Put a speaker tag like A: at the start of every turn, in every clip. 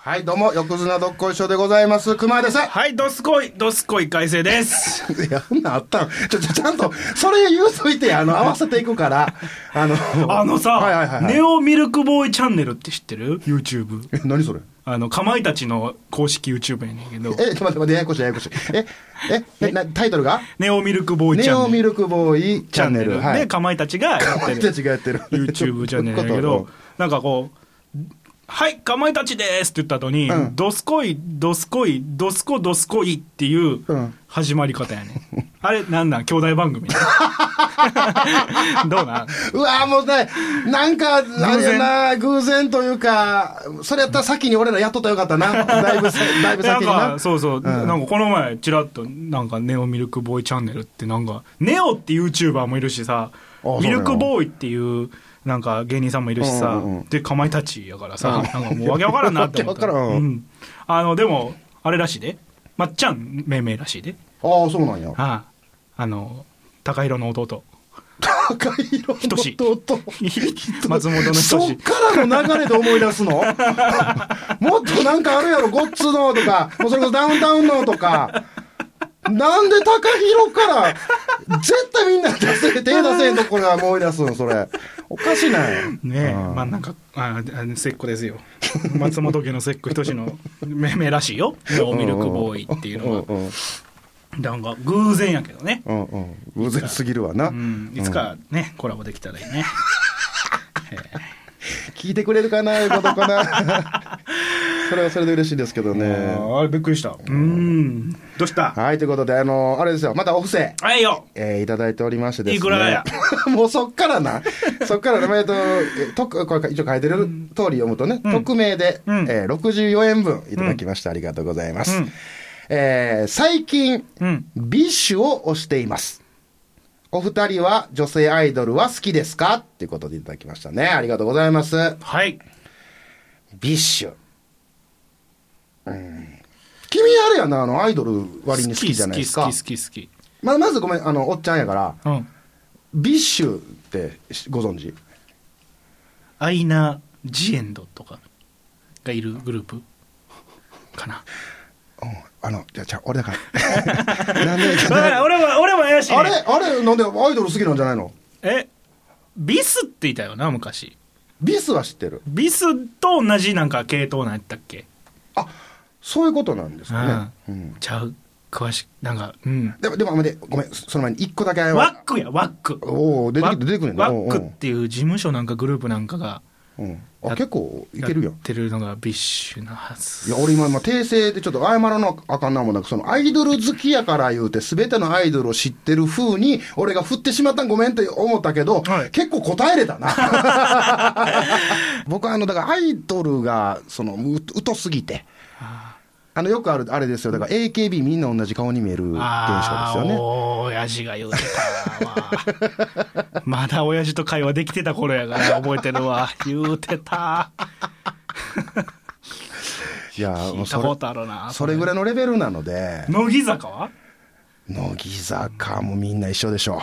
A: はい、どうも、横綱どっこいしょでございます。熊 です。
B: はい、ドスコイ、ドスコイ改正です。
A: いや、そんなんあったの。ちょ、ちょ、ちゃんと、それ言うといて、あの、合わせていく から、 あの、
B: あのさ、
A: はいはいはいはい。
B: ネオミルクボーイチャンネルって知ってる ?YouTube。
A: え、何それ
B: あの、かまいたちの公式 YouTube やねんけど、
A: え、ちょ、待って待って、ややこしい、ややこしい。え、え、え、な、タイトルが
B: ネオミルクボーイチ
A: ネ
B: ャ
A: オ
B: ンネ
A: ミ
B: ル。
A: ルクボーイチャンネル。は
B: で、
A: い。
B: かまいたちがやって
A: 僕
B: る
A: たちがやってる。
B: YouTube チャンネルや けど、なんかこう、はい、かまいたちですって言った後に、
A: うん
B: ドスコイ、ドスコイ、ドスコ、ドスコイっていう
A: うん
B: 始まり方やね、ん。あれ、なんなん兄弟番 組どうなん
A: うわーもうね、なんか、あれやな、偶然というか、それやったら先に俺らやっとったらよかったな。だいぶせ、だいぶ
B: なん
A: 先に
B: か
A: な。
B: そうそう、
A: ん
B: なんかこの前ちらっとなんかネオミルクボーイチャンネルってなんかネオって YouTuber もいるしさ
A: そうな
B: ミ
A: の
B: ルクボーイっていうなんか芸人さんもいるしさ、
A: うんうんうん
B: でかまいたちやからさ、なんかもうわけわからんなって思った
A: わけわからん
B: うんあのでもあれらしいでまっちゃんめいめいらしいで
A: ああ、そうなん や。
B: あああの高弘 の弟
A: 赤色の
B: 等しい
A: 弟。
B: 松本の人
A: そっ
B: 志
A: からの流れで思い出すのもっとなんかあるやろ、ゴッツのとか、もうそれこそダウンタウンのとか。なんで高広から、絶対みんな出せ、手出せんところが思い出すの、それ。おかしない。
B: ねえ、
A: うん
B: まあなんか、ああの、せっこですよ。松本家のせっこ人志の命名らしい よ。ノーミルクボーイっていうの
A: う
B: が。
A: んうん
B: なんか、偶然やけどね。
A: うんうん。偶然すぎるわな。
B: うん、いつかね、コラボできたらいいね。
A: 聞いてくれるかな、いうことか な。それはそれで嬉しいですけどね。
B: あれ、びっくりした。うん。どうした
A: はい、ということで、あのあれですよ、またお布施。
B: はいよ
A: えー、いただいておりましてですね。
B: いくらや
A: もうそっからな。 そっからね、えっと、えとくこれ一応書いてる通り読むとね、
B: うん
A: 匿名で、
B: うん
A: えー、64円分いただきました。ありがとうございます。
B: うん
A: えー最近、
B: うん。
A: ビッシュを推しています。お二人は女性アイドルは好きですかっていうことでいただきましたね。ありがとうございます。
B: はい。
A: ビッシュ。うん、君あれやな、あの、アイドル割に好きじゃないですか
B: 好。き好き好き
A: ままずごめん、あの、おっちゃんやから、
B: 好き。うん。
A: ビッシュってご存知
B: アイナ・ジ・エンドとかがいるグループか な。
A: うん、あの、じゃあ、じゃあ俺だから。 なんで、
B: だからん、俺も、俺も怪しい、ね。
A: あれ、あれ、なんでアイドル好きなんじゃないの
B: え、ビスっていたよな、昔。
A: ビスは知ってる。
B: ビスと同じなんか系統なんやったっけ、
A: あ、そういうことなんですかね。うん。
B: ちゃう詳しくなんかうん
A: でも、でも、待ってごめん、その前に一個だけ謝
B: ワックやワック
A: おお出てきて出てくるんや
B: ワ
A: な
B: ックっていう事務所なんかグループなんかが
A: うん。あ、結構いける
B: や
A: よ
B: っ。てるのがビッシュなはず
A: いや、俺今、今、訂正でちょっと謝らなあかんなもんなく、そのアイドル好きやから言うて、すべてのアイドルを知ってる風に、俺が振ってしまったんごめんって思ったけど、
B: はい
A: 結構答えれたな。 僕はあの、だからアイドルが、その、う疎すぎて。あの、よくある、あれですよ。だから AKB みんな同じ顔に見える現象
B: あ
A: です
B: ー
A: よね。
B: おー親父が言うてたわ まだ親父と会話できてた頃やから覚えて るわ言うてた
A: いや、も
B: 聞
A: う
B: いた
A: そ
B: こ
A: れ、
B: とあるな
A: それぐらいのレベルなので、
B: 乃木坂は
A: 乃木坂もみんな一緒でしょう。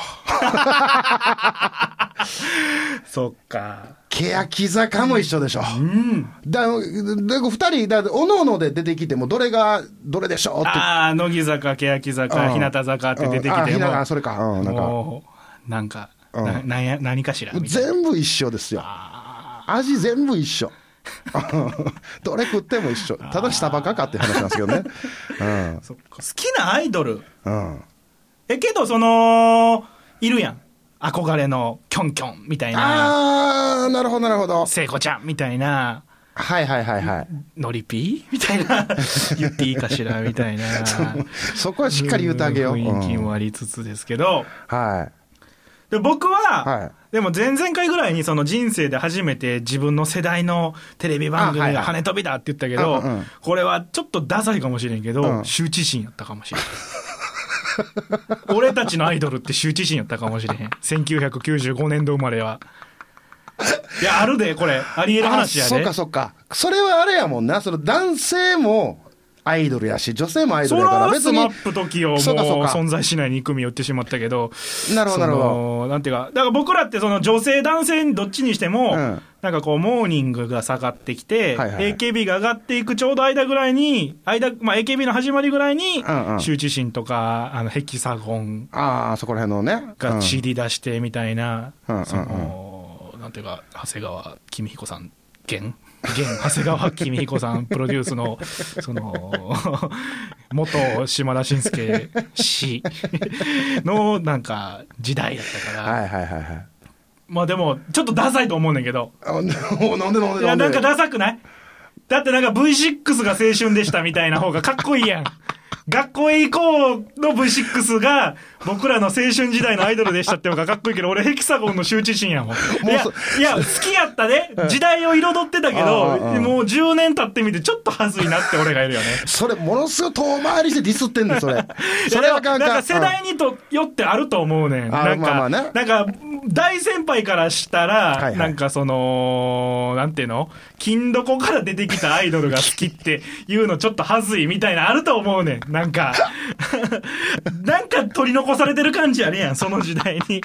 B: そっか
A: 欅坂も一緒でしょう。
B: うん
A: だで2人だおのおので出てきてもどれがどれでしょうって
B: ああ乃木坂欅坂
A: うん
B: 日向坂って出て
A: うん
B: き
A: あ
B: て
A: ひな
B: も
A: あそれか,、うん、なんか
B: もうなんか、
A: うん
B: ななんや何かしらみたいな
A: 全部一緒ですよ味全部一緒 どれ食っても一緒ただ下バカかって話なんですけどね
B: そっか好きなアイドル
A: うん、うん、
B: えけどそのいるやん憧れのキョンキョンみたいな
A: あーなるほどなるほど
B: 聖子ちゃんみたいな
A: はいはいはいはい
B: ノリピーみたい な言っていいかしらみたいな
A: そこはしっかり言うてあげよう、
B: ん雰囲気もありつつですけど、
A: うんはい
B: で僕は、
A: はい
B: でも前々回ぐらいにその人生で初めて自分の世代のテレビ番組
A: あはいは
B: が
A: い
B: 跳ね飛びだって言ったけど、
A: うんうん
B: これはちょっとダサいかもしれんけど、
A: うん
B: 羞恥心やったかもしれん。 俺たちのアイドルって羞恥心やったかもしれへん。1995年度生まれは。いや、あるで、これ。ありえる話や
A: あそっ
B: で
A: か。そっかそれはあれやもんなその男性もアイドルやし、女性もアイド
B: そ
A: ルやから、
B: ら
A: 別
B: ス
A: に
B: マッ。プ時をもう
A: そうかそうか
B: 存在しない2組を言ってしまったけど、
A: なるほど、なるほど。
B: ど。なんていうか、だから僕らってその女性、男性どっちにしても、
A: うん
B: なんかこう、モーニングが下がってきて、
A: はいはいはい
B: AKB が上がっていくちょうど間ぐらいに、間、まあ、AKB の始まりぐらいに、
A: うんうん
B: 羞恥心とか、あの、ヘキサゴン
A: ああ、そこら辺のね。う
B: が
A: ん
B: CD 出してみたいな、
A: うんうんうん
B: その、なんていうか、長谷川公彦さん、現現長谷川公彦さんプ ロデュースの、その、 元島田紳介氏の、なんか、時代だったから、
A: はいはいはいはい。
B: まあでも、ちょっとダサ いと思うねんだけど。
A: あななんでなん
B: い
A: でな
B: や、
A: んで
B: なんかダサくないだってなんか V6 が青春でしたみたいな方がかっこいいやん。 学校へ行こうの V6 が僕らの青春時代のアイドルでしたって方がかっこいいけど、俺ヘキサゴンの羞恥心やもん。いや
A: もう、
B: いや好きやったね。時代を彩ってたけ
A: あーあ
B: ど、
A: ー
B: もう10年経ってみてちょっと恥ずいなって俺がいるよね。
A: それ、ものすごい遠回りしてディスってんねん、 それ。それはあかん
B: なん
A: か
B: か世代にとよってあると思うねん。
A: あ
B: なんか、
A: まあまあね
B: なんか、大先輩からしたら、
A: いはい
B: なんかその、なんていうの金床から出てきたアイドルが好きっていうのちょっと恥ずいみたいなあると思うねん。なんか、 なんか取り残されてる感じやねやん、その時代に。い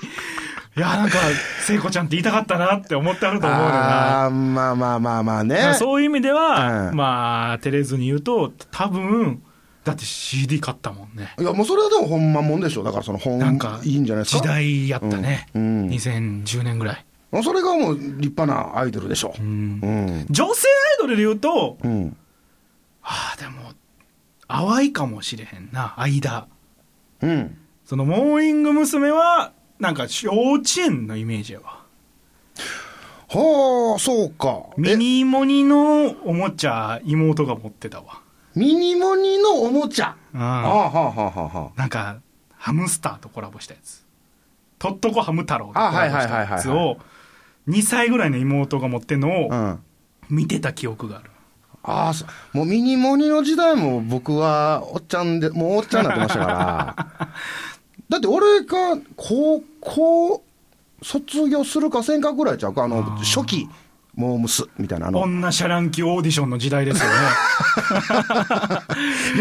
B: や、なんか、聖子ちゃんって言いたかったなって思ってあると思うねんな。
A: ああー、まあまあまあまあ
B: ま
A: ね
B: あ。そういう意味では、
A: うん
B: まあ、照れずに言うと、多分、だって CD 買ったもんね。
A: いや、もうそれはでもほんまもんでしょ。だからその本、
B: なんか、
A: いいんじゃないですか。
B: 時代やったね。
A: うんうん
B: 2010年ぐらい。
A: もうそれがもう立派なアイドルでしょ。うん。うん。
B: 女性アイドルで言うと、
A: うん。
B: ああ、でも、淡いかもしれへんな、間。
A: うん。
B: その、モーニング娘。は、なんか、幼稚園のイメージやわ。
A: はあ、そうか。
B: ミ
A: え
B: ニモニのおもちゃ、妹が持ってたわ。
A: ミニモニのおもちゃ。
B: うん
A: ああ、はあ、はあ、は
B: なんか、ハムスターとコラボしたやつ。とっとこハム太郎とコラボしたや
A: あはい
B: つ
A: はいはいはい
B: を、2歳ぐらいの妹が持ってんの
A: あ、
B: を
A: はあ。うん。
B: 見てた記憶がある。
A: ああ、そうもうミニモニの時代も僕はおっちゃんで、もうおっちゃんになってましたから。 だって俺が高校卒業するかせんかぐらいちゃうか、あの、
B: ー
A: 初期、モームスみたいな、あの、
B: 女シャランキオーディションの時 代ですよね。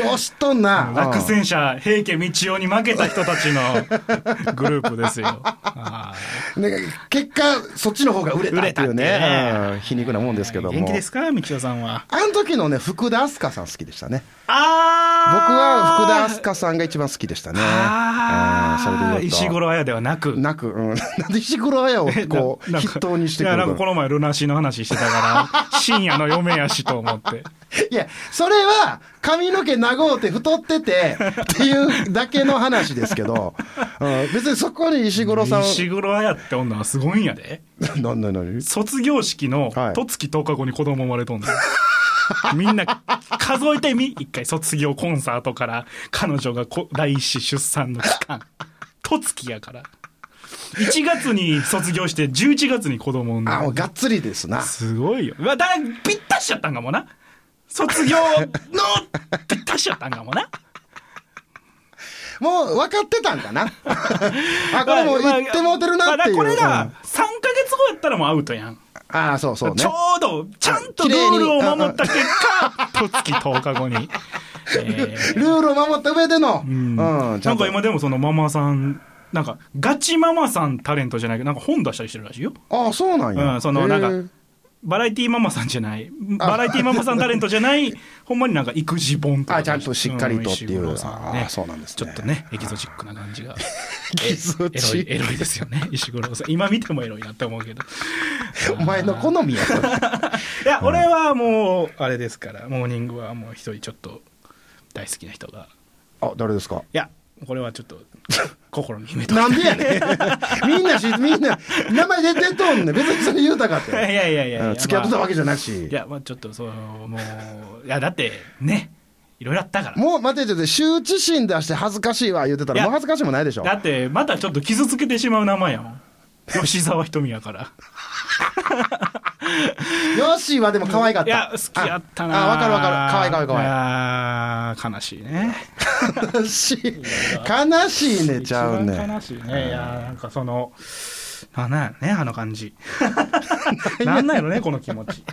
A: よしとんな。
B: 落選者、平家道夫に負けた人たち のグループですよ。あ
A: うんね結果、そっちの方が売れたっていうね、
B: 売れたってね
A: うん皮肉なもんですけ
B: ー
A: ども。
B: 元気ですか道夫さんは。
A: あの時のね、福田明日香さん好きでしたね。僕は
B: あ
A: 福田明
B: 福
A: 日香さんが一番好きでしたね。
B: あ
A: うん
B: ー
A: それで言うと
B: 石黒綾ではなく。
A: なく、うん。 なんで石黒綾を
B: えな
A: こう、
B: なんか
A: 筆頭にして
B: い
A: く
B: や、
A: る
B: な
A: の
B: んかこの前、ルナシーの話してた から、深夜の嫁やしと思って。
A: いや、それは髪の毛長うて太って てっていうだけの話ですけど、うん、別にそこに石黒さん、
B: 石黒綾って女はすごいんやで。
A: なんなんなん
B: 卒業式の、
A: はい
B: とつき10日後に子供生まれとんだよみんな 数えてみ一回卒業コンサートから彼女がこ第一子出産の期間 とつきやから1月に卒業して11月に子供産ん
A: あ、も
B: だ
A: うがっつりですな。
B: すごいよまあだからぴったしやったんかもな 卒業のぴったしやったんかもな
A: もう分かってたんかな。 あ、これもう言ってもうてるなっていう。
B: まあまあこれが
A: うん
B: 3ヶ月後やったらもうアウトやん
A: ああ、そうそうね
B: ちょ。うど、ちゃんとルールを守った結 果、とつき10日後に。えー
A: ルールを守った上での、うん、ちゃ
B: なんん
A: と
B: か。今でもそのママさん、なんか、ガチママさんタレントじゃないけど、なんか本出したりしてるらしいよ。
A: ああ、そうなんや。
B: うんそのなんか
A: へえ
B: バラエティママさんじゃない、バラエティママさんタレントじゃない、ほんまになんか育児本とか。
A: あちゃんとしっかりとっていう
B: 石黒さんね
A: あそうなんですね
B: ちょっとね、エキゾチックな感じが。
A: エキゾチック
B: エロい、エロいですよね、石黒さん。今見てもエロいなって思うけど。
A: お前の好みや。それ
B: いや、俺はもう、あれですから、モーニングはもう一人ちょっと大好きな人が。
A: あ、誰ですか
B: いや、これはちょっと、心に秘めと
A: な
B: いて
A: んでや ねん。みんなし、みんな、名前出てとんねん別にそれ言うたかっ
B: いやい
A: て。
B: やいやい
A: うん
B: や。
A: 付き合ってたわけじゃなく
B: い
A: し。
B: や、まあちょっと、その、もう、いや、だって、ね、いろいろあったから。
A: もう待ってちょっと羞恥心出して恥ずかしいわ言ってた
B: い
A: ら
B: や
A: もう恥ずかしいもんないでしょ
B: だって、またちょっと傷つけてしまう名前やもん。吉沢ひとみや から。
A: ヨッシーはでも可愛かっ
B: い
A: た
B: や、好きやったな
A: ああわかるわかる可愛い可愛い可愛い
B: あー悲しいね。
A: 悲しい悲しいねちゃう
B: 一番
A: ね
B: 悲しいね。いや、なんかその、なんなんやろね、あ の感じ。なんなんやろね、この気持ち。い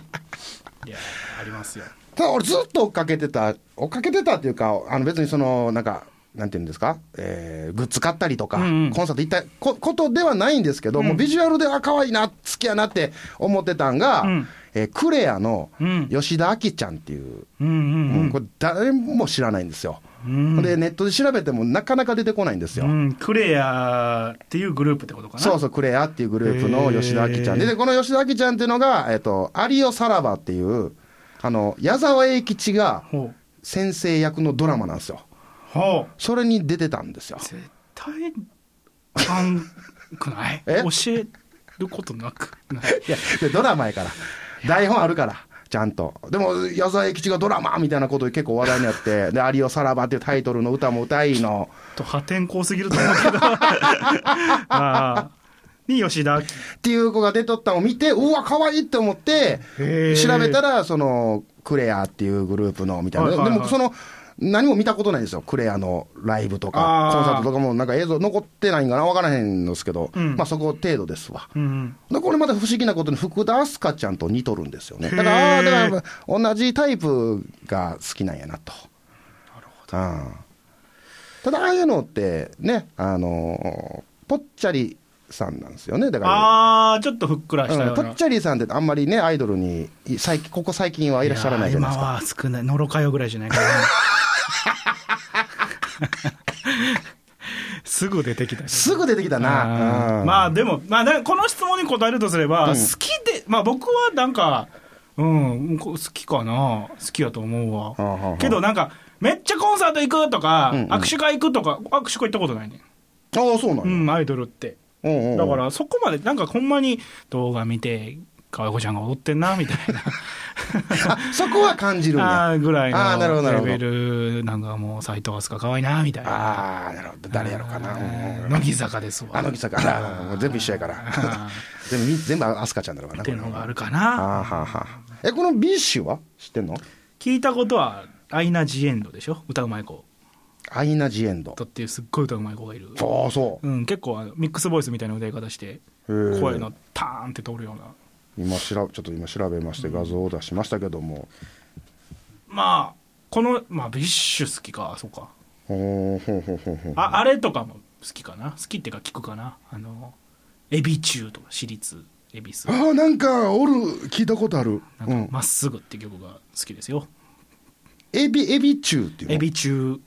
B: や、ありますよ。
A: ただ俺ずっと追っかけてた、追っかけてたっていうか、あの別にその、なんか、なんていうんですか、えーグッズ買ったりとか、
B: うんうん
A: コンサート行ったこことではないんですけど、もうビジュアルで、あ、可愛いな、好きやなって思ってたんが、
B: うん
A: えークレアの
B: うん
A: 吉田明ちゃんっていう、
B: うんうんうん
A: もうこれ誰も知らないんですよ。
B: うん
A: で、ネットで調べてもなかなか出てこないんですよ。
B: うん、クレアっていうグループってことかな
A: そうそう、クレアっていうグループの吉田明ちゃんで、
B: へー
A: でこの吉田明ちゃんっていうのが、えっと、アリオ・サラバっていう、あの矢沢永吉が
B: ほう
A: 先生役のドラマなんですよ。
B: ほう
A: それに出てたんですよ。
B: 絶対あかんくない
A: え
B: 教えることなくない
A: いや、でドラマやから。台本あるから。ちゃんと。でも、矢沢永吉がドラマみたいなことで結構話題になって、で、アリオ・サラバっていうタイトルの歌も歌いの。
B: と破天荒すぎると思うけ どああに吉田
A: っていう子が出とったのを見て、うわ、可愛いって思って
B: へ、ー
A: 調べたら、その、クレアっていうグループの、みたいな。
B: はいはいはい
A: でも、その、何も見たことないんですよ。クレアのライブと
B: あ
A: か
B: ー、
A: コンサートとかも、なんか映像残ってないんかなわからへんのですけど、
B: うん
A: まあ、そこ程度ですわ。
B: うん
A: でこれまた不思議なことに福田明日香ちゃんと似とるんですよね。だか
B: へ
A: ら、あ
B: ー
A: ーだから同じタイプが好きなんやなと。うんただ、ああいうのってね、あのーぽっちゃりさんなんですよね。だから、
B: ああちょっとふっくらした
A: う
B: よ
A: ん、
B: う
A: ぽ
B: な、
A: っちゃりさんってあんまりね、アイドルに、い最近ここ最近はいらっしゃらないじゃないですか。
B: やー今は少ないのろかよぐらいじゃ ないかなすぐ出てきた
A: すぐ出てきたな。
B: あー
A: うん
B: まあでも、まあ、だこの質問に答えるとすれば、
A: うん
B: 好きで、まあ、僕はなんか、うん、こ好きかな、好きやと思うわ。
A: はあはあはあ
B: けど、なんか、めっちゃコンサート行くとか、
A: うんうん
B: 握手会行くとか、握手会行ったことないね
A: あー、そうなん
B: ん、
A: や
B: うん、アイドルって。
A: うんうんうん
B: だから、そこまで、なんか、ほんまに動画見て、かわいこちゃんが踊ってんな、みたいな。
A: あそこは感じるんや。
B: あーぐら い
A: あーなるほど
B: の
A: なる
B: レ
A: ほど
B: ベル、なんかもう、斎藤飛鳥かわいいな、みたいな。
A: ああ、なるほど。誰やろうかな。うんうんうん
B: 乃木坂ですわ。
A: あの木坂あらもう全部一緒や から
B: あ
A: 全部全部アスカちゃんだろうかな
B: っていうのがあるか
A: あ
B: な。
A: ーはーはーえこの B 氏は知ってんの
B: 聞いたことはアイナ・ジ・エンドでしょ歌うまい子
A: アイナ・ジ・エンド
B: とっていうすっごい歌うまい子がいる、
A: ああそう
B: うん、結構あのミックスボイスみたいな歌い方して
A: ー
B: 声のターンって通るような
A: 今しらちょっと今調べまして画像を出しましたけども
B: まあこの、まあ、ビッシュ好きかそうか
A: ほうほうほうほうほう
B: ああれとかも好きかな好きっていうか聞くかなあのエビ中とか私立恵比寿
A: あーなんかおる聞いたことある
B: なん
A: うん
B: かまっすぐって曲が好きですよ、
A: エビエビ中っていうの
B: エビ中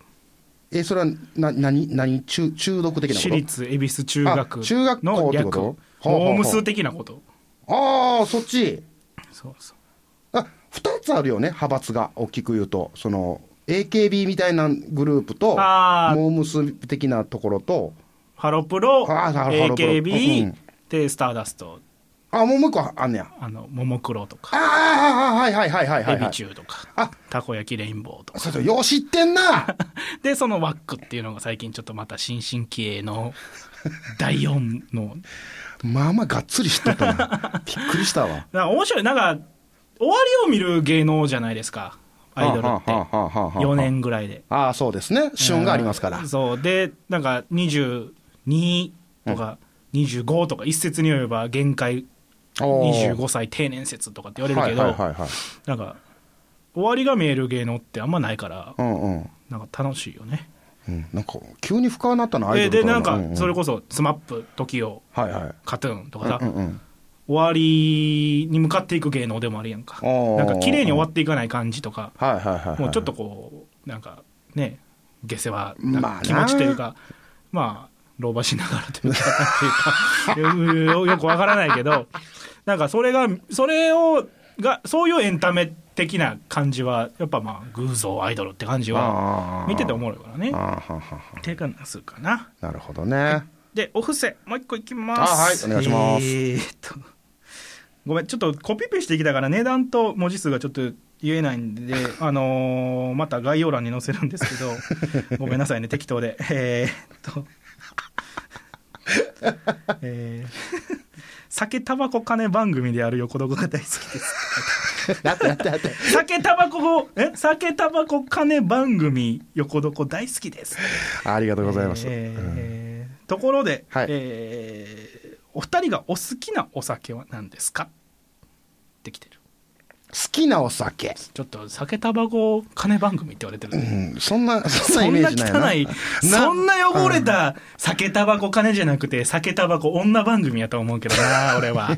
A: えそれはな何何中中毒的なこ
B: 私
A: と
B: 立恵比寿中学
A: あ中学校
B: の
A: って
B: 略
A: ことほうほうほう
B: ホームス的なこと
A: ああそっち
B: そうそう
A: あ2つあるよね派閥が大きく言うとその AKB みたいなグループとモ
B: あー
A: ームス的なところと
B: ハロプロ、
A: あハロハロプロう
B: AKB、
A: ん
B: で、スターダスト、
A: あもうもう一個あんねや
B: あの、ももクロと
A: あ
B: か、
A: あはいはいはいはいは
B: エ
A: いは
B: ビ
A: い
B: チューとか、
A: あ
B: たこ焼きレインボーとか。
A: そうそうよう知ってんな
B: で、そのワックっていうのが最近ちょっとまた新進気鋭の第4の。
A: まあまあがっつり知っとった なびっくりしたわ
B: なんか面白い、なんか、終わりを見る芸能じゃないですか、アイドルって。
A: はあはあはあはあはあ
B: 4年ぐらいで。
A: ああそうですね旬がありますから
B: うんそう。で、なんか22とか25とか、一説によれば限界
A: おー
B: 25歳定年説とかって言われるけど、
A: はいはいはいはい
B: なんか終わりが見える芸能ってあんまないから
A: うんうん
B: なんか楽しいよね
A: うん、なんか急に深くなったなアイドル
B: でで
A: と
B: なん
A: の
B: かそれこそ SMAPTOKIO
A: はいはい
B: KAT−TUN とかさ、
A: うんうん
B: 終わりに向かっていく芸能でもあるやんか
A: おー
B: なんか綺麗に終わっていかない感じとか
A: はいはいはいはい
B: もうちょっとこうなんかね下世話
A: まあ
B: な
A: な
B: 気持ちというかまあ老婆しながらというかっていうか よよくわからないけどなんかそれがそれをがそういうエンタメ的な感じはやっぱまあ偶像アイドルって感じは
A: あー
B: 見てておもろいからね
A: あーはあはあはあ
B: 手がするかな
A: なるほどね
B: でお布施もう一個いきます
A: あはいお願いします
B: えーっとごめんちょっとコピペしてきたから値段と文字数がちょっと言えないん で、あのーまた概要欄に載せるんで すけどごめんなさいね適当でえーっとえー酒タバコ金番組である横どこが大好きです
A: だってだってだって
B: 酒タバコえ酒タバコ金番組横どこ大好きです
A: ありがとうございます、
B: えー
A: うん
B: えーところで、
A: はい
B: えーお二人がお好きなお酒は何ですかってきてる
A: きなお酒。
B: ちょっと酒タバコ金番組って言われてる
A: うん
B: で、
A: ん、そん な、そんな
B: そ
A: イ
B: ん
A: メ
B: な
A: ージないな。
B: 汚いそんな汚れた酒タバコ金じゃなくて酒タバコ女番組やと思うけど な俺は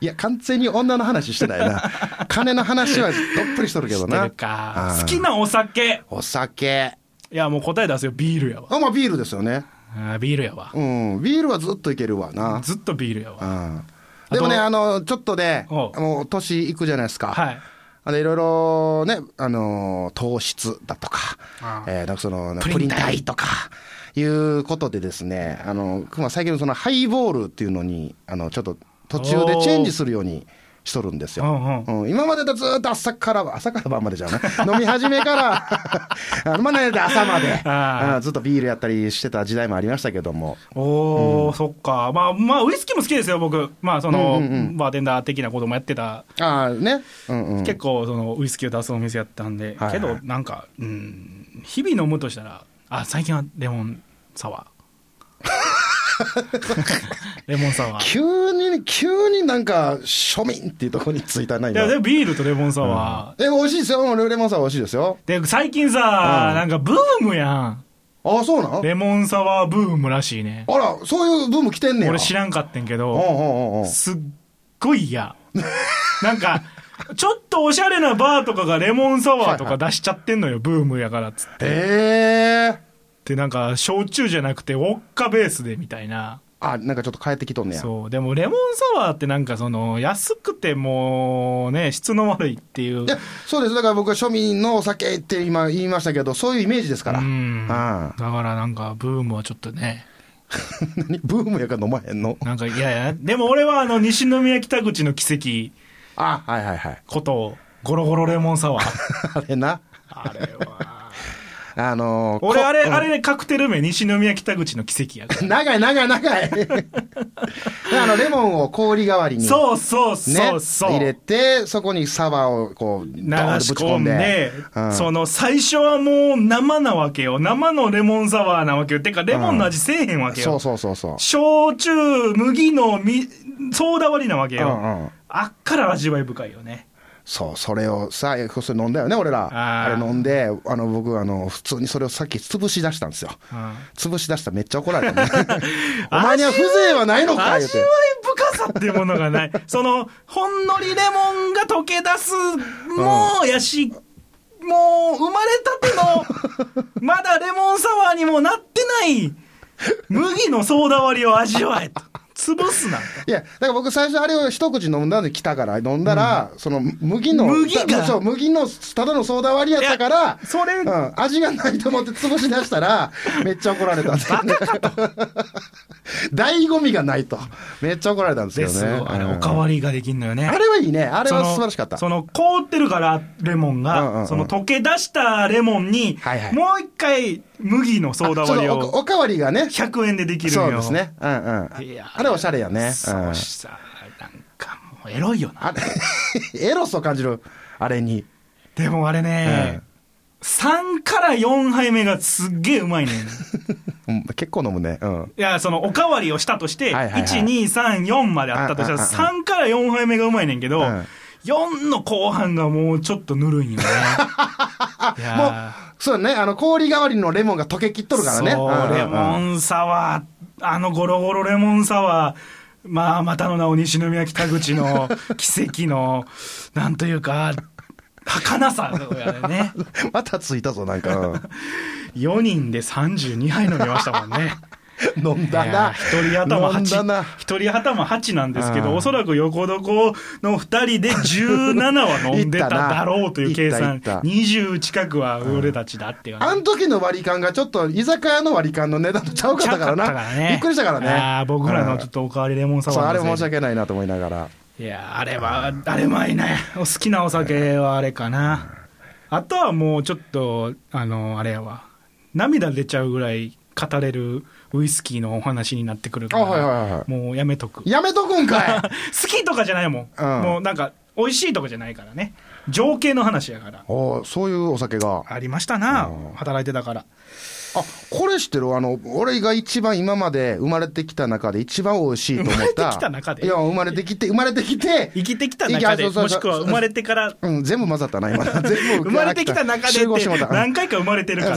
B: い
A: や、完全に女の話してないな。 金の話はどっぷりしとるけど
B: 知って
A: な。
B: るか
A: うん
B: 好きなお酒
A: お酒。
B: いやもう答え出すよビールやわ
A: あ、まあビールですよね。
B: あービールやわ
A: うん、ビールはずっといけるわな。
B: ずっとビールや
A: う
B: わ
A: ん。でもね、
B: あと
A: あの、ちょっとね、
B: おう
A: もう年いくじゃないですか。
B: はい
A: あのいろいろね、あのー糖質だとか
B: あ、あ
A: えーなんかそのプ
B: プリ
A: リ
B: ン
A: ン
B: 体
A: 体とかいうことでですね、あのまあ最近そのハイボールっていうのにあのちょっと途中でチェンジするようにしとるんですよ。
B: うんうん
A: うん今までだとずーっと朝から朝から晩までじゃんね飲み始めから あのまあね朝まで
B: ああ
A: あずっとビールやったりしてた時代もありましたけども。
B: おー、そっかまあまあウイスキーも好きですよ僕まあその、
A: うんうんうん
B: バーテンダー的なこともやってた
A: ああね、うんうん、
B: 結構そのウイスキーを出すお店やったんで、
A: はいはい
B: けどなんか、うん、日々飲むとしたらあ最近はレモンサワーレモンサワー
A: 急に急になんか庶民っていうところについたない
B: いやでもビールとレモンサワー、
A: え、美味しいですよ。レモンサワー美味しいですよ。
B: で最近さ、
A: うん
B: なんかブームやん
A: あそうなの
B: レモンサワーブームらしいね
A: あら、そういうブーム来てんねや。
B: 俺知らんかってんけ
A: うんう
B: ど
A: んうんうん。
B: すっごい嫌 なんかちょっとおしゃれなバーとかがレモンサワーとか出しちゃってんのよ、ブームやからっつって
A: ええー。
B: でなんか焼酎じゃなくてウォッカベースでみたいな
A: あ、なんかちょっと変えてきとんねや。
B: そうでもレモンサワーってなんかその安くてもうね質の悪いっていう
A: いや、そうです。だから僕は庶民のお酒って今言いましたけど、そういうイメージですから。
B: う
A: うんん
B: だからなんかブームはちょっとね
A: 何ブームやから飲まへんの
B: なんかいやいやでも俺はあの西宮北口の奇跡
A: あ、はいはいはい。
B: ことゴロゴロレモンサワー
A: あれな。
B: あれは
A: あのー
B: 俺
A: こ
B: あれ
A: うん
B: あれカクテル名西宮北口の奇跡やから
A: 長い長い長い。 あの、レモンを氷代わりに。
B: そうそう
A: ね
B: そうそう、
A: 入れて、そこにサワーをこう、
B: 流
A: ドーンと
B: し
A: ぶち込
B: 込ん
A: んで
B: で、、
A: うん
B: その最初はもう生なわけよ生のレモンサワーなわけよてかレモンの味せえへんわけよ、
A: そうそうそうそう。
B: 焼酎麦のみソーダ割りなわけよ、
A: うんうん
B: あっから味わい深いよね
A: そう、それをさ、それ飲んだよね、俺ら。
B: あ
A: あ
B: ー
A: れ飲んで、あの、僕、あの、普通にそれをさっき潰し出したんですよ。
B: うん
A: 潰し出したらめっちゃ怒られたね。 お前には風情はないのか言う
B: 味
A: て
B: わい。深さっていうものが ないそのほんのりレモンが溶け出すもうやしもう生まれたてのまだレモンサワーにもなってない麦のソーダ割りを味わえと潰すなんて
A: いや、だから僕最初あれを一口飲んだんで来たから、飲んだら、その麦の、
B: 麦が
A: だそう、麦の、ただのソーダ割りやったから、
B: いやそれ
A: うん、味がないと思って潰し出したら、めっちゃ怒られたんですよね。 醍醐味がないと。めっちゃ怒られたんです
B: で
A: よね。
B: すよあれ
A: うん
B: おかわりができんのよね
A: あれはいいね。あれ
B: そ
A: は
B: の
A: 素晴らしかった。
B: その凍ってるからレモンが、
A: うんうんうん
B: その溶け出したレモンに、
A: はいはい
B: もう一回麦のソーダ割り
A: あそう
B: を
A: おおかわりがね、
B: 100円でできるんよ
A: そうですね。うんうん。
B: いや
A: あれおしゃれやね。う
B: そ
A: ん
B: うしたなんかもうエロいよな
A: あれ、エ ロスを感じる、あれに。
B: でもあれね、3から4杯目がすっげえう まいねん
A: うん結構飲むね。うん。
B: いやそのおかわりをしたとして、
A: はいはいはい
B: 1234まであったとしたら
A: うんうん
B: 3から4杯目がうまいねんけど、
A: うん
B: 4の後半がもうちょっとぬるいんよねいや
A: もう
B: ー、
A: そうね、あの、氷代わりのレモンが溶けきっとるからね。
B: そう、
A: んんん
B: レモンサワー、あのゴロゴロレモンサワー、まあ、またの名を西宮北口の奇跡の、なんというか、儚さやね。
A: またついたぞ、なんか。うん
B: 4人で32杯飲みましたもんね。
A: 飲んだ
B: いや
A: な。
B: 一人頭
A: 飲んだな
B: 8。。一人頭8なんですけ
A: う
B: ど、
A: ん
B: おそらく横床の2人で17は飲んでただろうという計
A: い
B: 算、
A: ったな
B: 20近くは俺たちだっていうね
A: あの時の割り勘がちょっと居酒屋の割り勘の値段とちゃうかったから
B: ちゃうかったから
A: な。
B: ね
A: びっくりしたからね。
B: あー僕らのちょ
A: と。
B: っとおかわりレモンサ
A: そう、
B: ワー
A: あ
B: の
A: れ
B: せいで
A: 申し訳ないなと思いながら。
B: いやあれはあれうまいねお好きなお酒はあれかなあとはもうちょっとあのあれやわ涙出ちゃうぐらい語れるウイスキーのお話になってくるから、
A: あはいはいはい
B: もうやめとく好
A: やめとくん かい
B: きとかじゃないもん、
A: うん
B: もうなんか美味しいとかじゃないからね情景の話やから
A: おーそういうお酒が。
B: ありましたな
A: うん
B: 働いてたから
A: あこれ知ってるあの俺が一番今まで生まれてきた中で一番美味しいと思った
B: 生まれてきた中で
A: いや生まれてきて生まれてきて
B: 生きてきた中で
A: いやそうそう
B: も
A: そ
B: し
A: う
B: くは生まれてから
A: うん全部混ざったな 今全部
B: 生まれてきた中で
A: 集合
B: っ
A: しててもうた
B: 何回か生まれてるから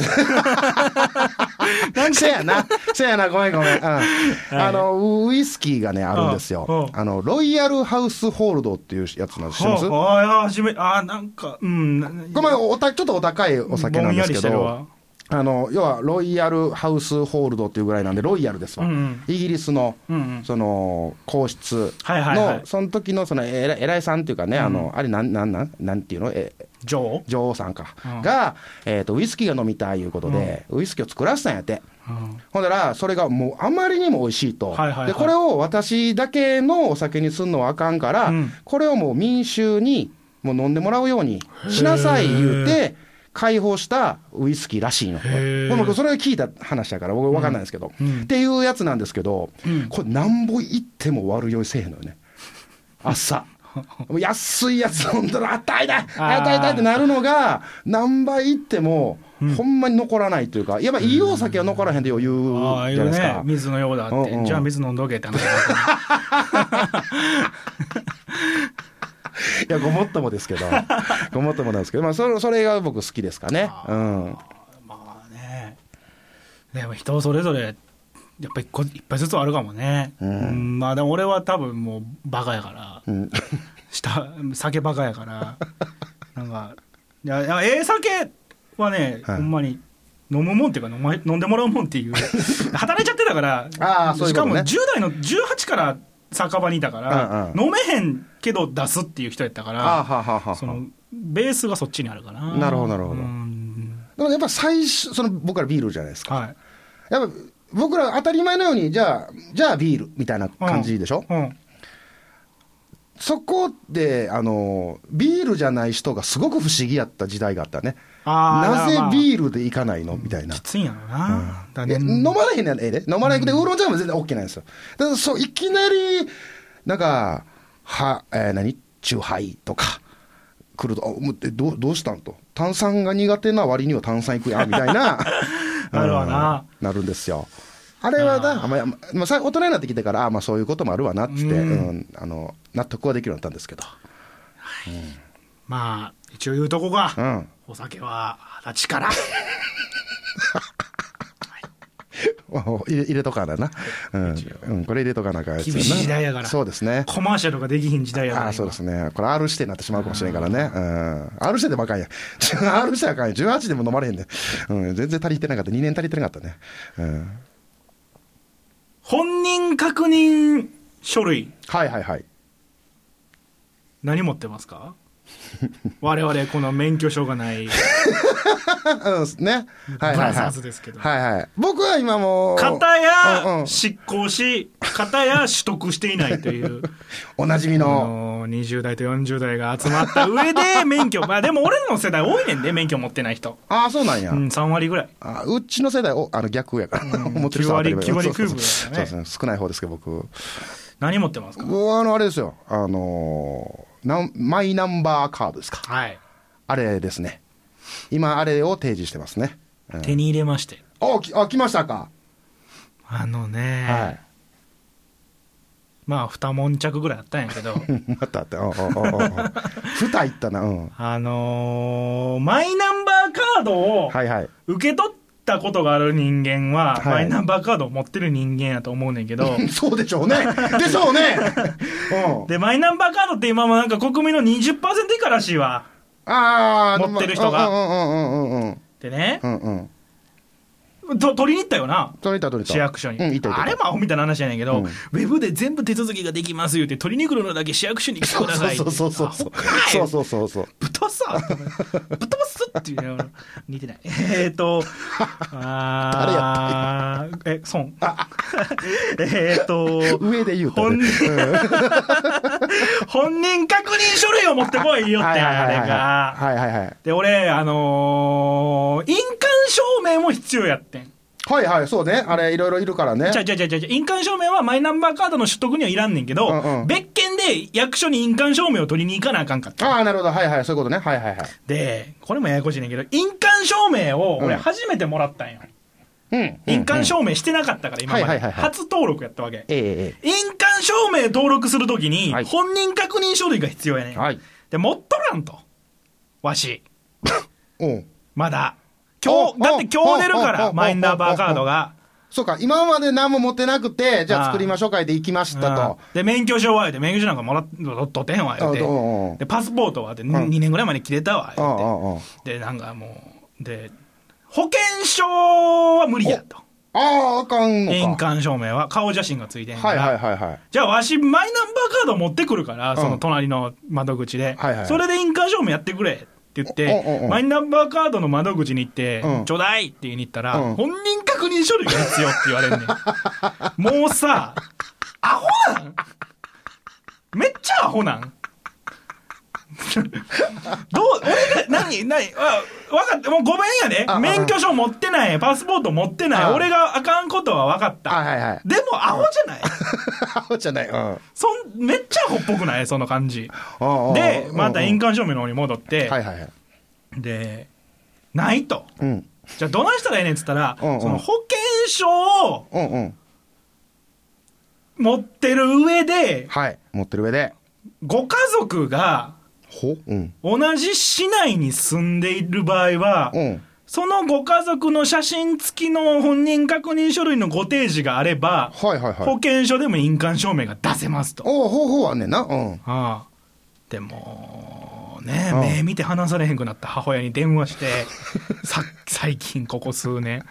A: うんせやなせやなごめんごめん、うんあのウイスキーがねあるんですよ
B: うん
A: あのロイヤルハウスホールドっていうやつなんです知ってます
B: はあはあ初めあなんかうん
A: ごめんおたちょっとお高いお酒なんですけ
B: ぼんやりしてる
A: ど
B: わ
A: あの要はロイヤルハウスホールドっていうぐらいなんでロイヤルですわ、
B: うんうん
A: イギリスの、
B: うんうん
A: その皇室の、
B: はいはいはい
A: その時のその偉い偉いさんっていうかね、あのあれなんなんなんなんていうのえ
B: 女王
A: 女王さんか、
B: うん
A: が、えー、とウイスキーが飲みたいいうことで、ウイスキーを作らせたんやって
B: うん
A: ほんだらそれがもうあまりにも美味しいと、
B: はいはいはい
A: でこれを私だけのお酒にすんのはあかんから、
B: うん
A: これをもう民衆にもう飲んでもらうようにしなさい言うて解放したウイスキーらしいのこ
B: へ
A: れ
B: ー
A: 僕それ聞いた話だから僕分かんないんですけど、
B: うん
A: っていうやつなんですけど、
B: うん
A: これなんぼ行っても悪酔いせえへんのよね朝もう安いやつ飲んだらあったいだあったいだってなるのが何倍行っても、ほんまに残らないというかやっぱいいお酒は残らへんで余裕
B: ああい
A: じゃない
B: う
A: です
B: ね
A: か。
B: 水のようだって、
A: うんうん
B: じゃあ水飲んどけって話だった
A: いや、ごもっともですけど、ごもっともなんですけど、まあ、それそれが僕好きですかね。うん。
B: まあね でも人それぞれやっぱ一個一杯ずつはあるかもね、
A: うん
B: うんまあでも俺は多分もうバカやから、
A: うん、
B: 下酒バカやからなんかいやいやええ酒はね、
A: はい
B: ほんまに飲むもんっていうか飲ま飲んでもらうもんっ ていう働いちゃってたから
A: ああそうい
B: し
A: う
B: か
A: こと
B: も
A: ね
B: 10代の18から酒場にいたから、
A: うん
B: 飲めへんけど出すっていう人やったか
A: あ
B: ら
A: はははは
B: そのベースがそっちにあるかな
A: なるほどなるほど
B: うん
A: でもやっぱ最初、その僕らビールじゃないですか。
B: はい
A: やっぱ僕ら当たり前のように、じゃあ、じゃあビールみたいな感じでしょ、
B: うん
A: そこで、あの、ビールじゃない人がすごく不思議やった時代があったね。なぜ
B: ー
A: ビールでいかないのみたいな
B: き。ついんやろな、だ
A: いや
B: ね
A: 飲まれへんのやらええで飲まれへんで、ウーロン茶でも全然 OK なんですよだからそういきなりなんかは、えー、何チューハイとか来るとあもうえどうどうしたんと炭酸が苦手な割には炭酸いくやんみたい な
B: なるわな
A: うんなるんですよあれはな、あまあまあ、さ大人になってきてからあ、まあ、そういうこともあるわなっつって、
B: うん
A: うんあの納得はできるようになったんですけど、
B: まあ一応言うとこが、
A: うん、
B: お酒は二十歳から
A: お入れ入れとかなな、うんうん、これ入れとかなあかんやつな
B: 厳しい時代やから
A: そうですね
B: コマーシャルができひん時代やか
A: あ
B: ら今
A: あそうですね、これ R 指定になってしまうかもしれんからね、うん、R 指定でもあかんや、R 指定はあかんや、18でも飲まれへんで、うん、全然足りてなかった、2年足りてなかったね、うん、
B: 本人確認書類
A: はいはいはい、
B: 何持ってま すか我々この免許証がない
A: うん、ね、はい
B: ブ
A: は
B: ラ
A: い
B: ザ
A: は
B: ー
A: い
B: ズですけど
A: はいはい、僕は今もう、
B: 片
A: うんう
B: や
A: ん
B: 執行し片や取得していないという
A: おなじみ
B: あ
A: の、
B: の20代と40代が集まった上 で免許まあでも俺らの世代多いねんで免許持ってない人
A: ああ、そうなんや、
B: う
A: うん
B: 3割ぐらいう
A: ちの世代、おあの逆やから、 思ってる人は当たり前
B: 9
A: そ
B: 割
A: うそう
B: 9
A: そう
B: 分
A: そう
B: だよね
A: ですね、少ない方ですけど、僕、
B: 何持ってますか
A: 僕はあのあれですよ、あのーなん、マイナンバーカードですか、
B: はい
A: あれですね、今、あれを提示してますね。うん
B: 手に入れまして
A: あ、きあ来ましたか。
B: あのね、
A: はい。
B: まあ二悶着ぐらいあったんやけ ど
A: またあった。おうおうおうおう。蓋行ったな。うん。
B: あのーマイナンバーカードを
A: はいはい。
B: 受け取ったことがある人間は、
A: はい
B: マイナンバーカードを持ってる人間やと思うねんけど
A: そうでしょうね。でしょうね。うん。
B: でマイナンバーカードって今もなんか国民の20%以下らしいわ
A: ああ、
B: 持ってる人が
A: うんうんうんうん
B: でね
A: う、んうんうん。
B: と取りに行ったよな
A: 取れた取れた。
B: 市役所に、
A: うん、いたいた。
B: あれもアホみたいな話やねんけど、
A: うん
B: ウェブで全部手続きができます言って取りに来るのだけ市役所に来て
A: そ
B: く
A: う
B: ださい
A: そうそうそう
B: ア
A: そう
B: ホかい
A: そうそうそうそう
B: ぶたさぶたすっていうね似てないえっ、ー、とあーえ孫 えっと
A: 上で言うと
B: 本
A: ね
B: 人 本人確認書類を持ってこいよって
A: はいはい
B: あ
A: はい
B: れが
A: はいはいはい
B: で俺あのー印鑑証明も必要やってん
A: はいはいそうねあれいろいろいるからね
B: じゃじゃじゃじゃ印鑑証明はマイナンバーカードの取得にはいらんねんけど、
A: うんうん
B: 別件で役所に印鑑証明を取りに行かなあかんかった
A: ああなるほどはいはいそういうことねはいはいはい
B: でこれもややこしいねんけど印鑑証明を俺
A: うん
B: 初めてもらったんよ、
A: うんうん
B: 印鑑証明してなかったから、今まで、
A: はいはいはいはい
B: 初登録やったわけ。
A: ええ
B: 印鑑証明登録するときに
A: はい、
B: 本人確認書類が必要やね
A: え
B: ん。
A: えはい
B: で、持っとらんと。わし、
A: うん
B: まだ。今日、
A: あ
B: だって今日出るか
A: ああ
B: ら、マイナンバーカードが。
A: そうか今まで何も持ってなくてじゃあ作りましょうかいで行きましたと
B: うんで、免許証は言うて、免許証なんかもらっとっとってへんわ、言う
A: あどうも
B: て。で、パスポートは言うて、
A: うん
B: 2年ぐらい前に切れたわ、
A: ああああ
B: 言うて。で、なんかもう、で、保険証は無理やと。
A: あああかんのか
B: 印鑑証明は、顔写真がついてへんか
A: はいはい
B: ら。
A: はいはい
B: じゃあ、わし、マイナンバーカード持ってくるから、
A: ん
B: その隣の窓口で
A: はいはいは。い
B: それで印鑑証明やってくれ。って言っ
A: おおお
B: て
A: お
B: マイナンバーカードの窓口に行って
A: う
B: 「
A: ん
B: ちょうだい!」って言いに行ったら
A: うん
B: 「本人確認書類が必要」って言われんね んもうさアホなんめっちゃアホなんどう俺が何何あ分かったもうごめんやで、
A: ああ
B: 免許証持ってないパスポート持ってない
A: あ
B: 俺があかんことは分かった、
A: あはい はい
B: でもアホじゃない
A: ア ホじゃないうんあ
B: そんめっちゃアホっぽくないその感じ
A: あ
B: でまた印
A: 鑑
B: 鑑証明の方に戻って、
A: はいはいはい
B: でないと
A: うん
B: じゃあどないしたらええねんっつったら、
A: うんうん
B: その保険証を
A: うんうん
B: 持ってる上で
A: はい持ってる上で
B: ご家族が
A: ほうん
B: 同じ市内に住んでいる場合は、
A: うん
B: そのご家族の写真付きの本人確認書類のご提示があれば、
A: はいはいは
B: 保
A: い
B: 険証でも印鑑証明が出せますと。
A: おお方法あんねんなうん
B: ああでもね、
A: うん
B: 目見て話されへんくなった母親に電 話してさ最近ここ数年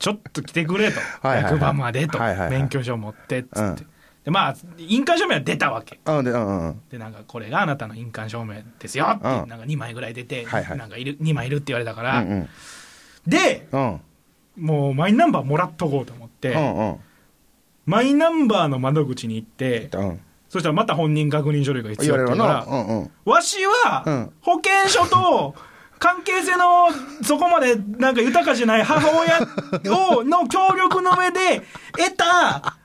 B: ちょっと来てくれと
A: はいはいはい
B: 役場までと、
A: はいはいはい
B: 免許証持ってっつって、
A: うん
B: でまあ印鑑証明は出たわけ
A: あでうんうん
B: でなんかこれがあなたの印鑑証明ですよって、
A: うん
B: なんか2枚ぐらい出て、
A: はいはい
B: なんかいる2枚いるって言われたか
A: う
B: ら、
A: んうん
B: で
A: うん
B: もうマイナンバーもらっとこうと思って、
A: うんうん
B: マイナンバーの窓口に行って
A: うん
B: そしたらまた本人確認書類が必
A: 言
B: 要
A: われ
B: って
A: る
B: 言うから
A: なうんうん
B: わし
A: う
B: は
A: ん
B: 保険証と関係性のそこまでなんか豊かじゃない母親をの協力の上で得た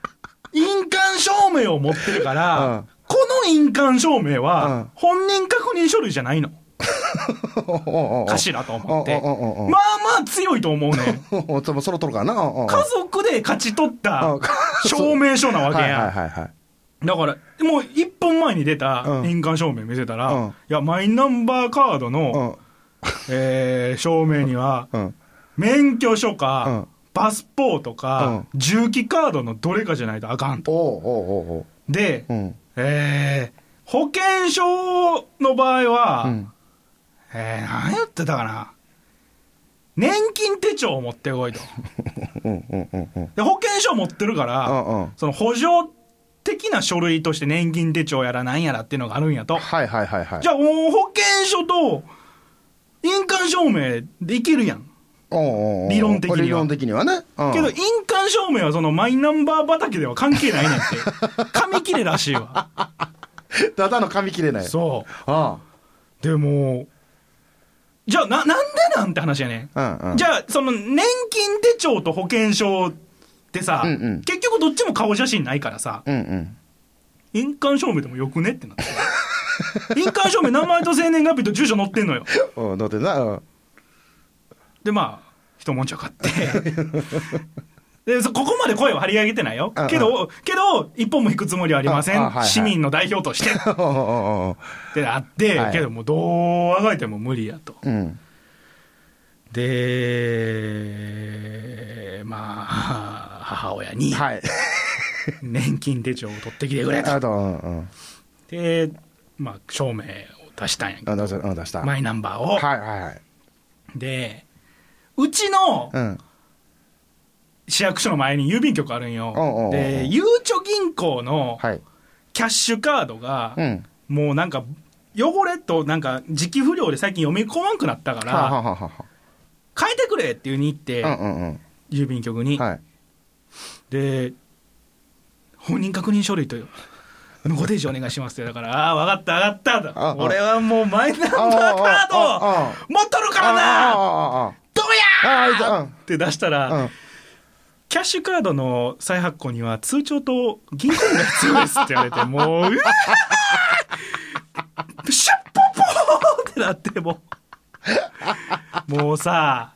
B: 印鑑証明を持ってるから、
A: うん
B: この印鑑証明
A: うん
B: は本人確認書類じゃないのか
A: か
B: しらと思って、
A: うんうんうんうん
B: まあまあ強いと思うね ん
A: おおそろそろとるからなうんうんうん
B: 家族で勝ち取った
A: うんか
B: 証明書なわけ
A: はいはい
B: や
A: はいはい
B: だからもう1分前に出た
A: うん
B: 印鑑証明見せたら、
A: うん
B: いやマイナンバーカードの、
A: うん
B: えー証明には、
A: うん
B: 免許証か、
A: うん
B: パスポートか、重機カードのどれかじゃないとあかんと。
A: おおおお
B: で、
A: おうん
B: えー保険証の場合は、
A: うん
B: えー何やってたかな。年金手帳を持ってこいと。
A: うんうんうんうん
B: で、保険証持ってるから、
A: うんうん
B: その補助的な書類として年金手帳やらなんやらっていうのがあるんやと。
A: はいはいはいはい
B: じゃあ、もう保険証と印鑑証明できるやん。
A: おうおうおう
B: 理論的には
A: 理論的にはねうん
B: けど、印鑑証明はそのマイナンバー畑では関係ない ねんって。紙切れらしいわ。
A: ただの紙切れない
B: そ
A: あ
B: う。でも、じゃあな、なんでなんて話やねん。
A: あうんうん
B: じ
A: ゃ
B: ゃあ、その年金手帳と保険証ってさ、
A: うんうん
B: 結局どっちも顔写真ないからさ、
A: うんうん
B: 印鑑証明でもよくねってなって。印鑑証明名前と生年月日と住所載ってんのよ。
A: うんだってなうん
B: でまあ一文字を買って でそここまで声を張り上げてないよ
A: うんうん
B: けどけど一本も引くつもりはありません、
A: ああはいはい
B: 市民の代表としてっ
A: おうおうおう
B: てあって、
A: はい
B: けどもうどうあがいても無理やと
A: おううん
B: でまあ母親に
A: はい
B: 年金手帳を取ってきてくれと
A: あとうんうん
B: でまあ証明を出したんやけ
A: あ
B: ど
A: 出したうん出したは
B: マ
A: い
B: イナンバーを、
A: はいはい
B: でうちの
A: うん
B: 市役所の前に郵便局あるんよ、
A: おうおうおう
B: でゆうちょ銀行の
A: はい
B: キャッシュカードが
A: う、ん
B: もうなんか、汚れとなんか、時期不良で最近読み込まんくなったか
A: はあは
B: ら、
A: あはあは
B: 変えてくれっていうに言って、
A: あうんうん
B: 郵便局
A: う
B: に
A: ん。はい
B: で、本人確認書類とよ。ご提示お願いしますってだから、ああ、わかった、わかった
A: ああ
B: と。俺はもうマイナンバーカー
A: あああ
B: ド
A: あ
B: 持っとるから
A: ああ
B: な
A: ああ
B: どう
A: ああい
B: や
A: た
B: ーって出し
A: あ
B: た
A: うん
B: ら、キャッシュカードの再発行には通帳と銀行印が必要ですって言われて、もう、うわ ーシュッポポーってなって、もう。もうさ、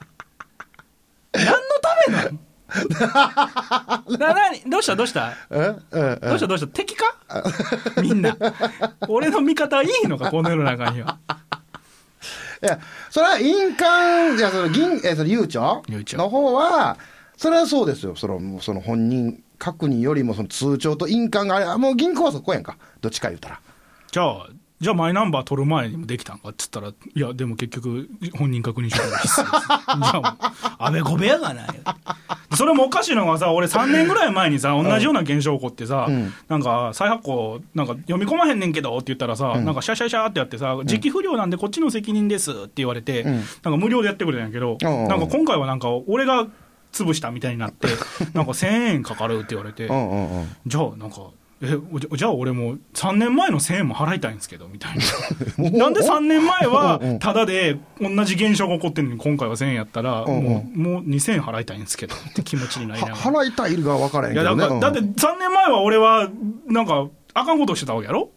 B: 何のための な、なに、どうしたどうした
A: えええ
B: どうしたどうした敵かみんな。俺の味方いいのかこの世の中には。
A: いや、それは印鑑、じゃその銀、え、その悠長
B: 悠長
A: の方は、それはそうですよ。その、もうその本人確認よりも、その通帳と印鑑があれ、あもう銀行はそこやんか。どっちか言うたら。
B: じゃあ、じゃあマイナンバー取る前にもできたんかっつったら、いや、でも結局、本人確認書が 必須です。じゃあ、安倍小部屋がない。それもおかしいのがさ、俺3年ぐらい前にさ、同じような現象起こってさ、
A: うん
B: なんか、再発行、なんか読み込まへんねんけどって言ったらさ、なんかシャシャシャってやってさ、時期不良なんでこっちの責任ですって言われて、
A: ん
B: なんか無料でやってくれたんやけど、
A: うんうん
B: なんか今回はなんか、俺が潰したみたいに なって、なんか1000円かかるって言われて
A: う、んうんうん。
B: じゃあなんかえおじゃじゃあ俺も3年前の1000円も払いたいんですけど みたいななんで3年前は
A: うんうん
B: ただで同じ現象が起こってるのに今回は1000円やったら
A: うんうん
B: もうもう2000円払いたいんですけどって気持ちになりな
A: は
B: が ら
A: 払いたいが分からへん
B: い
A: け
B: やだ
A: どね。
B: から、だって
A: うん、
B: 3年前は俺はなんかあかんことしてたわけやろ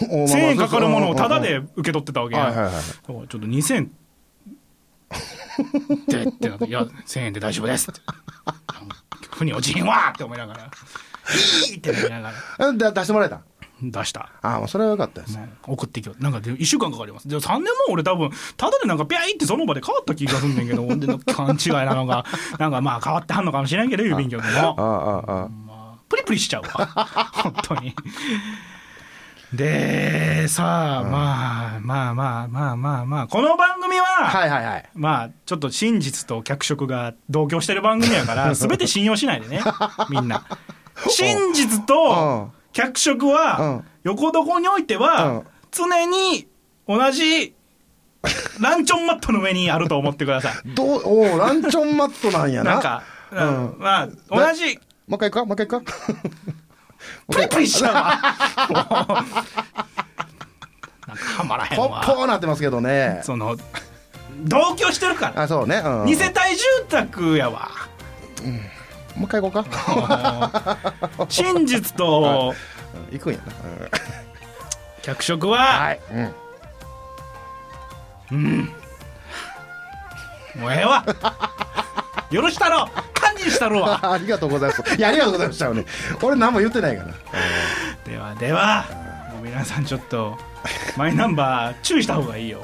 B: 1000 円かかるものをただで受け取ってたわけや、
A: はいはいはい
B: だからちょっと2000円 ってってなって「いや1000円で大丈夫です」って「腑に落ちへんわ!」って思いながら「いい!」ってなりながら
A: うん。だ出してもらえた。
B: 出した。
A: ああ、もうそれはよかったです。
B: ね送ってきようなんかで1週間かかりますで3年も俺多分ただでなんかピャイってその場で変わった気がすんねんけどほんでなんか勘違いなのがなんかまあ変わってはんのかもしれんけど郵便局
A: あ
B: も
A: あ、ああ、
B: まあプリプリしちゃうわ 本当にでさあ、まあまあまあまあまあまあこの番組は、
A: はいはいはい。
B: まあちょっと真実と脚色が同居してる番組やから全て信用しないでねみ んな真実
A: う
B: と
A: ん
B: 脚色
A: うん
B: は横床において
A: うん
B: は常に同じランチョンマットの上にあると思って ください
A: どう、おうランチョンマットなんやな。
B: なんか、うん
A: うん
B: まあ同じ
A: もう一回行くかもう一回行くか
B: プリプリしち ゃうわもうなんかはまらへん
A: ポッポ
B: わ
A: ーなってますけどね。
B: その同居してるから
A: あ、そうね。うん。
B: 二世帯住宅や わ
A: もう一回行こうか。
B: もう真実と
A: うん 行くんやな。うん
B: 脚色は、
A: い。うん。
B: もうええわよろしたろ堪忍したろわ
A: あありがとうございます。いや、ありがとうございました。ね、 俺何も言ってないから。
B: ではではもう皆さんちょっとマイナンバー注意した方がいいよ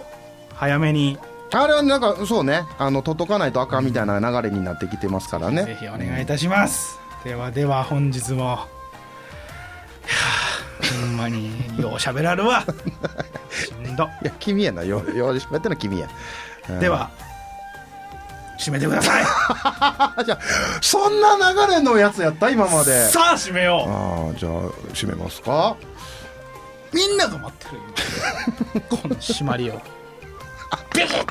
B: 早めに
A: あれはなんか、そうね、あの、届かないとあかんみたいな流れになってきてますからね。
B: ぜひお願いいたします、ではでは本日もいやーほんまによう喋られるわしんど
A: いや、君やな、よ、よ、やってんの君や。うん
B: で。は締めてください
A: あ、じゃあそんな流れのやつやった、今まで。
B: さあ締めよう
A: ああ、じゃあ、閉めますか。
B: みんなが待ってる今 この締まりをビキッ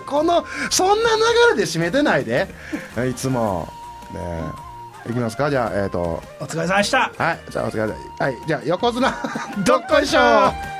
B: と
A: この、そんな流れで締めてないで。 いつも。ねえ。いきますか、じゃあ、えっ、と。
B: お疲れ様でした
A: はい、じゃあ、お疲れ様。はい、じゃあ、横綱。どっこいしょー。